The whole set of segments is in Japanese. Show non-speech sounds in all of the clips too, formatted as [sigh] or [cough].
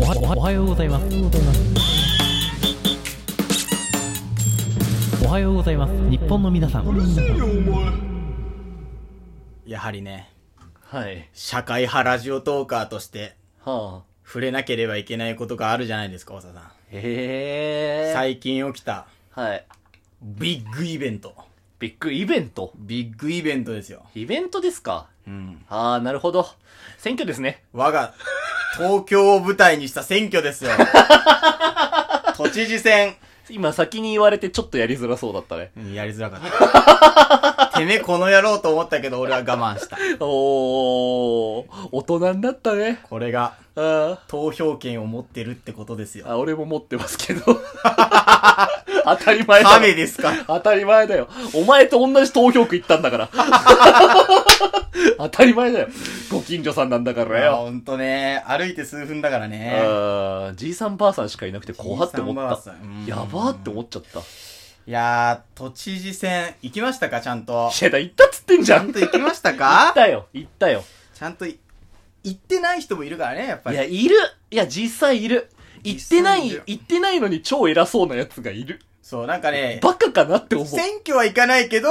はおはようございます。おはようございます。日本の皆さん。やはりね、はい。社会派ラジオトーカーとしてはあ。触れなければいけないことがあるじゃないですか、大沢さん。へえ。最近起きたはい。ビッグイベント。ビッグイベント。ビッグイベントですよ。イベントですかうん。ああ、なるほど。選挙ですね。我が東京を舞台にした選挙です [laughs] よ。都知事選。今先に言われてちょっとやりづらそうだったね。うんやりづらかった。てめえこの野郎と思ったけど俺は我慢した。おー、大人になったね。これがあ投票権を持ってるってことですーよ。あ、俺も持ってますけど。 [laughs] 当たり前だ。亀ですか当たり前だよ。お前と同じ投票区行ったんだから。 [laughs] 当たり前だよ。ご近所さんなんだからあよ。ほんとね、歩いて数分だからね。あーじいさんばあさんしかいなくて怖って思っじいたさんばあさんうん。やばーって思っちゃった。いいやー、都知事選、行きましたかちゃんと。 [laughs] ちやだ、行ったっつってんじゃゃん。ん行と行きましたっかたよ、行ったよ。ちゃんとい、行ってない人もいるからね、やっぱいり。や、いるいや、実際いる。行ってな実際いいる、行ってないのに超偉そうなやつがいる。そう、なんかね、バカかなって思う。選挙は行かないけど、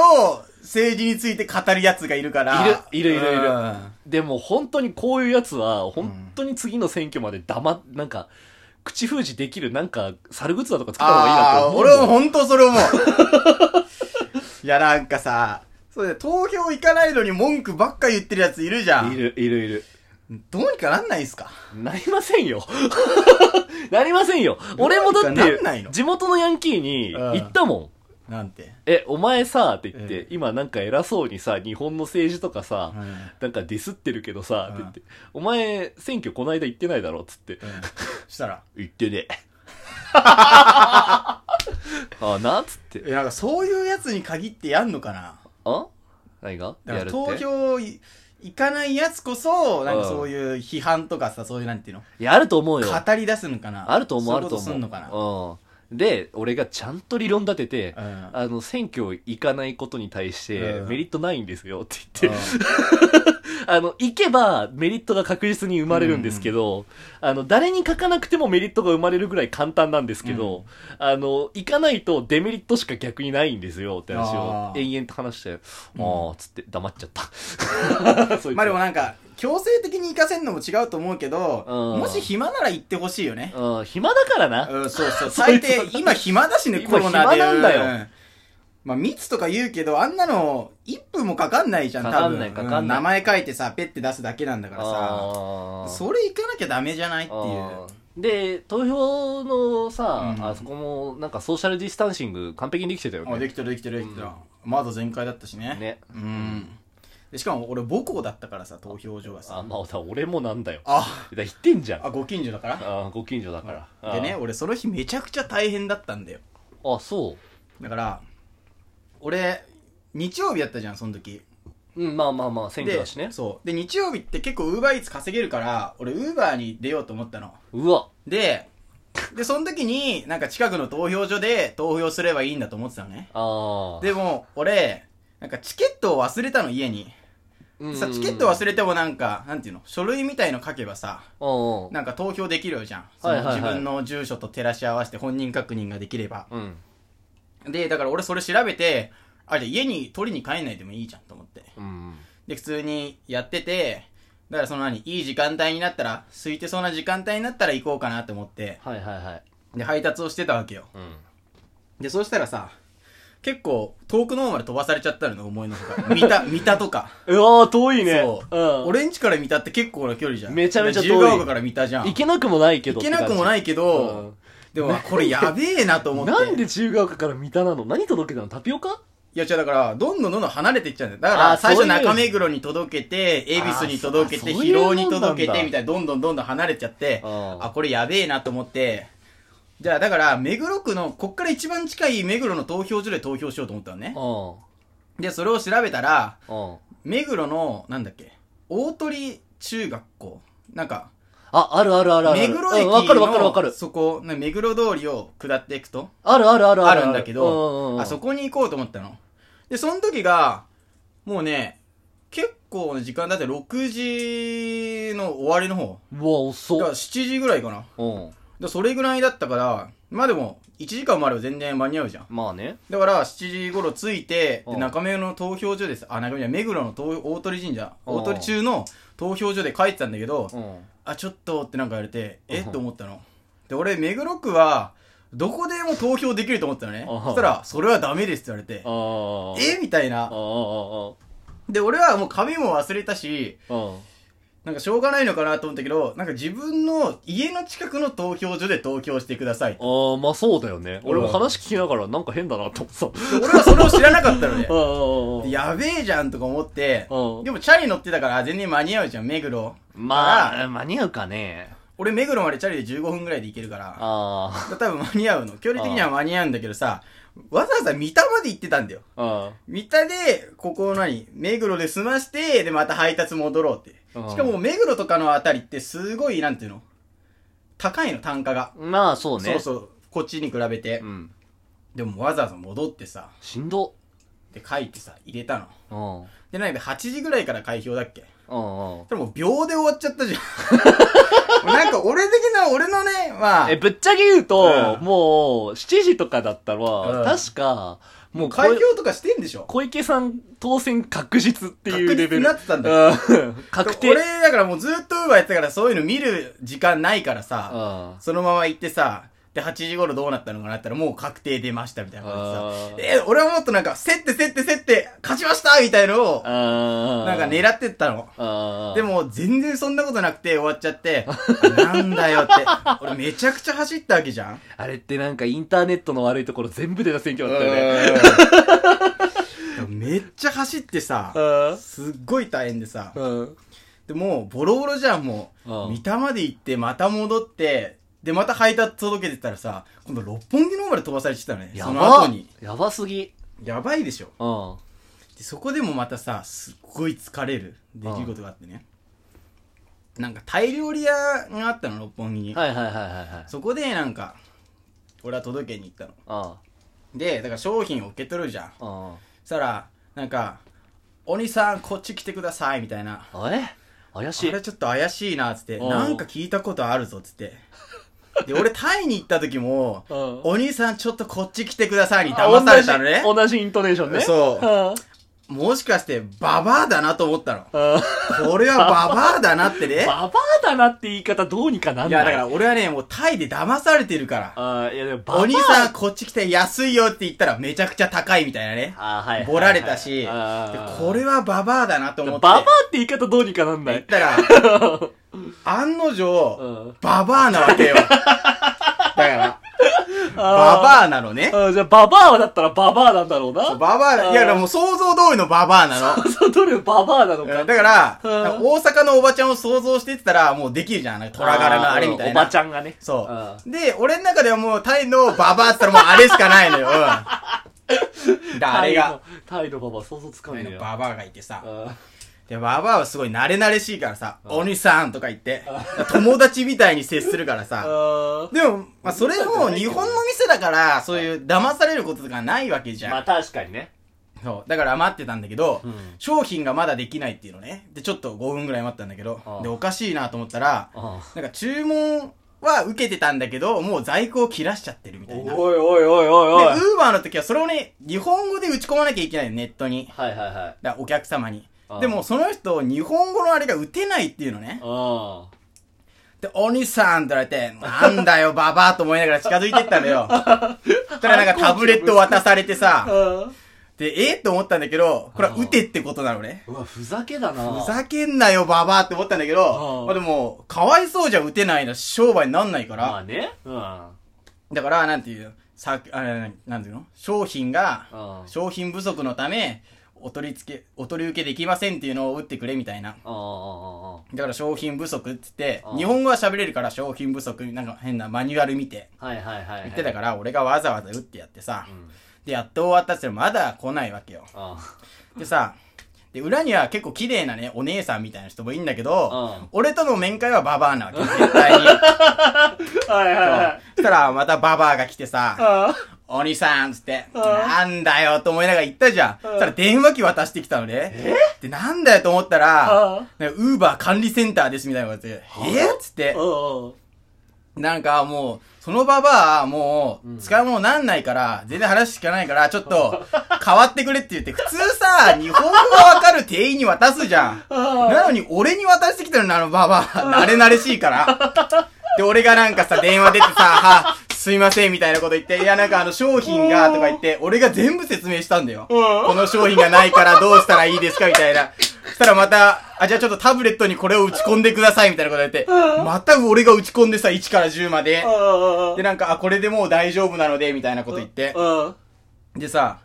政治について語る奴がいるから。いるいるいるいるうんでも本当にこういうやつは、本当に次の選挙まで黙っ、なんか、口封じできるなんか、猿グッズだとか作った方がいいなあとあー、思うもん。俺も本当それ思う。 [laughs] いや、なんかさ、そうだよ投票行かないのに文句ばっか言ってるやついるじゃん。いる、いる、いる。どうにかなんないんすかなりませ [laughs] んよ。なりませんよ。俺もだっなんないての、地元のヤンキーにうん言ったもん。なんて。え、お前さ、って言って、え今なんか偉そうにさ、日本の政治とかさ、うんなんかディスってるけどさ、うんって言って、お前、選挙こないだ行ってないだろ、つってう。んしたら。行っ [laughs] てねえ。ああな、つって。いや、なんかそういうやつに限ってやんのかなあ何がだかやるらって投票い行かないやつこそ、なんかそういう批判とかさ、そういうなんていうのいや、あると思うよ。語り出すのかなあると思う、そあいることす思う。んのかなうん。で、俺がちゃんと理論立てて、うんあの、選挙行かないことに対して、うんメリットないんですよってう言んって、あの、行けばメリットが確実に生まれるんですけど、あの、誰に書かなくてもメリットが生まれるぐらい簡単なんですけど、あの、行かないとデメリットしか逆にないんですよって話あ、をー延々と話して、ああ、つって黙っちゃっ [laughs] た。そいつまあでもなんか、強制的に行かせんのも違うと思うけど、うんもし暇なら行ってほしいよね。うん、暇だからな。うん、そうそう。そういう最こ [laughs] 低、今暇だしね、今コロナで。暇なんだようまあ、密とか言うけど、あんなの、1分もかかんないじゃん、多分。かかんないかかんないう名前書いてさ、ペッて出すだけなんだからさ。あーそれ行かなきゃダメじゃないっていう。で、投票のさ、うんあそこもなんかソーシャルディスタンシング完璧にできてたよあ、でね。きてるできてるできてる。窓全開だったしね。ね。うん。で、しかも俺母校だったからさ、投票所があ、さ。まあ、だ俺もなんだよ。だかあ、ら言ってんじゃん。あ、ご近所だからあご近所だから。でね、俺その日めちゃくちゃ大変だったんだよ。あ。あ、そだから、俺、日曜日やったじゃん、その時。う。うん、まあまあまあ、選挙でだしね。そう。で、日曜日って結構ウーバーイーツ稼げるから、俺ウーバーに出ようと思ったの。うわ。で、で、その時に、なんか近くの投票所で投票すればいいんだと思ってたのね。ああ。でも、俺、なんかチケットを忘れたの、家に。うん、さ、チケット忘れてもなんか、なんていうの、書類みたいの書けばさ、うんなんか投票できるじゃん。そはいのはいはい自分の住所と照らし合わせて本人確認ができれば。うん。うん。で、だから俺それ調べて、あ、じゃあ家に取りに帰んないでもいいじゃんと思って。うん。で、普通にやってて、だからその何、いい時間帯になったら、空いてそうな時間帯になったら行こうかなと思って、はいはいはい。で、配達をしてたわけよ。うん。で、そうしたらさ、結構遠くの方まで飛ばされちゃったのね、思いのほか。三田、三田とか。うわー、遠いね。そう。ん。俺ん家から三田って結構な距離じゃん。めちゃめちゃ遠い自由が丘から三田じゃん。行けなくもないけ行どっけてな感じ。くもないけど、うんでも、あこれやべえなと思って。なんで自由が丘から三田なの何届けたのタピオカいや、じゃあだから、どんどんどんどん離れていっちゃうんだよ。だかあーら、最そう初いう中目黒に届けて、恵比寿に届けあて、ーそうそういうも広尾んに届けなんて、だみたいな、どんどんどんどん離れちゃって、あーあ、これやべえなと思って、じゃあだから、目黒区の、こっから一番近い目黒の投票所で投票しようと思ったのね。うん。で、それを調べたら、うん。目黒の、なんだっけ、大鳥中学校。なんか、あ、あるあるあるある。目黒駅うんの、わかるわかるわかる。そこ、な目黒通りを下っていくと、あるあるあるあるんだけど、うんうんうんあそこに行こうと思ったの。で、その時が、もうね、結構ね、時間だって6時の終わりの方。うわ、だ遅からっ。 7時ぐらいかな。うん。でそれぐらいだったから、まあでも、1時間もあれば全然間に合うじゃん。まあね。だから、7時頃着いて、うでん中目の投票所です。あ、中目じゃない目黒の投大鳥神社、うん大鳥中の投票所で帰ってたんだけど、うん。あ、ちょっとってなんか言われて、えうんって思ったの。で、俺、目黒区は、どこでも投票できると思ってたのね。うんそしたら、それはダメですって言われてあ、あ。えみたいあな。ああで、俺はもう紙も忘れたし、あ。うん。なんかしょうがないのかなと思ったけど、なんか自分の家の近くの投票所で投票してくださいって。ああ、まあそうだよね。俺もうん話聞きながらなんか変だなと思ってた。で俺はそれを知らなかったのねあ。あでやべえじゃんとか思って、うんでもチャリ乗ってたから全然間に合うじゃん、目黒。まだかあ、ら間に合うかね。俺目黒までチャリで15分ぐらいで行けるから、だかあら多分間に合うの。距離的には間に合うんだけどさ、わざわざ三田まで行ってたんだよ。あ。あ三田で、ここを何目黒で済まして、でまた配達戻ろうって。うんしかも目黒とかのあたりってすごい、なんていうの高いの、単価が。あ。まあそうね。そうそう、こっちに比べて。うん。でもわざわざ戻ってさ、しんど。で書いてさ、入れたの。うん。うんで、なんで8時ぐらいから開票だっけうん。でも秒で終わっちゃったじゃん。 [laughs] なんか俺的な俺のね、まあえ、、ぶっちゃけ言うと、うんもう、7時とかだったら、うん確か、もうこれ開票とかしてんでしょ小池さん当選確実っていうレベ確実ル。になってたんだ。確定。俺、だからもうずっとウーバーやってたからそういうの見る時間ないからさ、あそのまま行ってさ、で、8時頃どうなったのかなって言ったらもう確定出ましたみたいなあ感じーでさ、え、俺はもっとなんか、競って競って競って、勝ちましたみたいのを、あ。なんか狙ってったの。ああ。で、も全然そんなことなくて終わっちゃ [laughs] って、なんだよって。俺めちゃくちゃ走ったわけじゃんあれってなんかインターネットの悪いところ全部出た選挙だったよね。うんめっちゃ走ってさ、うんすっごい大変でさ、うん。でもうボロボロじゃん、もうう。ん三田まで行って、また戻って、で、また配達届けてったらさ、今度六本木の方まで飛ばされてたね。やその後ばに。。やばすぎ。やばいでしょ。うん。でそこでもまたさ、すっごい疲れる出来事があってね。なんかタイ料理屋があったの、六本木に。はいはいはいはいはい。そこでなんか、俺は届けに行ったの。あで、だから商品を受け取るじゃん。あ。あそしたら、なんか、お兄さん、こっち来てください、みたいな。あ。あれ怪あしい。れちょっと怪しいな、つって。うんなんか聞いたことあるぞ、つって。で、俺、タイに行った時も、うんお兄さん、ちょっとこっち来てくださいに騙されたのね。同じ同じイントネーションね。そううん。もしかして、ババアだなと思ったの。うんこれはババアだなってね。ババアだなって言い方どうにかなんないや、いだから俺はね、もうタイで騙されてるから。ああ、いやでもババア。お兄さん、こっち来て安いよって言ったらめちゃくちゃ高いみたいなね。あーはいはいはい。ボラれたし、であーこれはババアだなと思って。ババアって言い方どうにかなんな言っい。た [laughs] ら、案のう定、ん。ババアなわけ [laughs] よ。だから、バあバアなのねー。あーじゃあ、ババアだったらババアなんだろうな。ババア、いや、でもう想像通りのババアなの。そう、どれババアなのうんか。だから、うんなんか大阪のおばちゃんを想像してってたら、もうできるじゃん。なんか虎柄のあれみたいな。おばちゃんがね。そう。で、俺の中ではもうタイのババアって言ったらもうあれしかないのよ。 [laughs] うん。だあれが、。タイのババア想像つかタないイねの。ババアがいてさ。あで、ババアはすごい慣れ慣れしいからさ、お兄さんとか言って、友達みたいに接するからーさ、あでも、まあ、それも日本の店だから、そういう騙されることとかないわけじー。ゃん。まあ確かにね。そう。だから待ってたんだけど、ん商品がまだできないっていうのね。で、ちょっと5分ぐらい待ったんだけど、ああで、おかしいなと思ったら、あなんか注文は受けてたんだけど、もう在庫を切らしちゃってるみたおいいな。で、おいおいおいおい。はいウーバーの時はそれをね、日本語で打ち込まなきゃいけないのネットに。はいはい。だからお客様にあ。あでも、その人、日本語のあれが打てないっていうのね。あで、お兄さんって言われて、なんだよ、 [laughs] ババアと思いながら近づいてったのよ。そしたらなんかタブレット渡されてあ。さ、あで、えと思ったんだけど、これは打てってことなのね。うわ、ふざけだな。ふざけんなよ、ババアって思ったんだけうどん、まあでも、かわいそうじゃ打てないな、商売になんないかまあら。ね。うん。あだから、なんていう、さ、あれ、なんていうの商品が、あ。商品不足のため、お取り付け、お取り受けできませんっていうのを打ってくれみたいな。ああ。だから商品不足ってってう、ん日本語は喋れるから商品不足、なんか変なマニュアル見て、はいはいはい。言ってたかから、俺がわざわざ打ってやってさら。う、ん。で、やっと終わったっつってまだ来ないわけよ。あでさ、でで、裏には結構綺麗なね、お姉さんみたいな人もいいんだけど、うん俺との面会はババアなわけ、絶対に。はいはいはい。そしたら、またババアが来てさ、あお兄さんっつって、んなんだよと思いながら行ったじゃん。そしたら電話機渡してきたのね。で、なんだよと思ったうらん、なんかウーバー管理センターですみたいなこと言って、えっつってあ。、うん。なんかもう、そのババア、もう、使うものなんないから、全然話聞かないから、ちょっと、変わってくれって言って、普通さ、日本語がわかる店員に渡すじゃん。なのに、俺に渡してきたのねあのババア。慣れ慣れしいから。で、俺がなんかさ、電話出てさ、 [laughs] は、すいません、みたいなこと言って、いや、なんかあの、商品が、とか言って、俺が全部説明したんだよ。この商品がないから、どうしたらいいですか、みたいな。そしたらまた、あ、じゃあちょっとタブレットにこれを打ち込んでください、みたいなこと言って、また俺が打ち込んでさ、1から10まで。で、なんか、あ、これでもう大丈夫なので、みたいなこと言って。うん。でさ、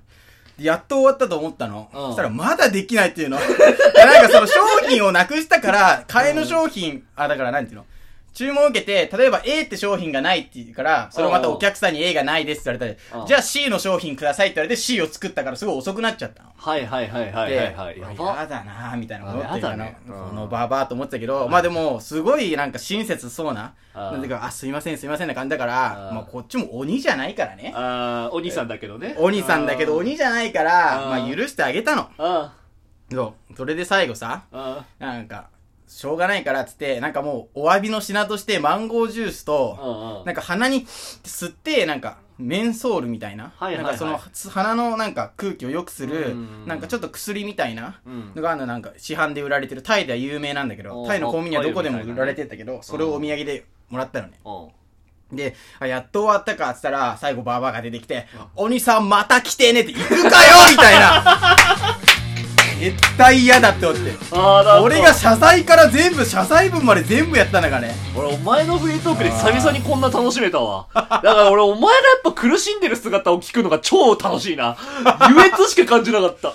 やっと終わったと思ったの。うんそしたら、まだできないっていうの。い [laughs] や、なんかその商品をなくしたから、替えの商品、あ、だからなんていうの注文を受けて、例えば A って商品がないって言うから、それをまたお客さんに A がないですって言われたうんり、じゃあ C の商品くださいって言われて C を作ったからすごい遅くなっちゃったの。はいはいはいはいはいはい。でやうわば。やだなぁみたいなこと思ってあたやだのね。このババアと思ってたけど、まあでも、すごいなんか親切そうな。あーなんていうか、あ、すいませんすいませんな感じだかあら、ーまあこっちも鬼じゃないからね。あーお兄さんだけどね。鬼さんだけど鬼じゃないから、あーまあ許してあげたの。あそう。それで最後さ、ーあなんか、しょうがないからっつって、なんかもうお詫びの品としてマンゴージュースーと、あー。なんか鼻に吸って、なんか、メンソールみたいな。はいはいなんかその、つ鼻のなんか空気を良くするうん、なんかちょっと薬みたいなうんのがあのなんか市販で売られてる、タイでは有名なんだけおど、ータイのコンビニはどこでもタイの売みたいなられてたけど、それをお土産でもらったのね。うん。で、あやっと終わったかっつったら、最後バーバーが出てきて、お兄さんまた来てねって行くかよみたいな絶対嫌だって思って。あーだ俺が謝罪から全部、謝罪文まで全部やったんだからね。俺お前のフリートークで久々にこんな楽しめたわ。だから俺お前がやっぱ苦しんでる姿を聞くのが超楽しいな。優越しか感じなかった。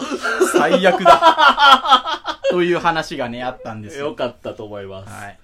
最悪だ。という話がね、あったんですよよ。かったと思います。はい。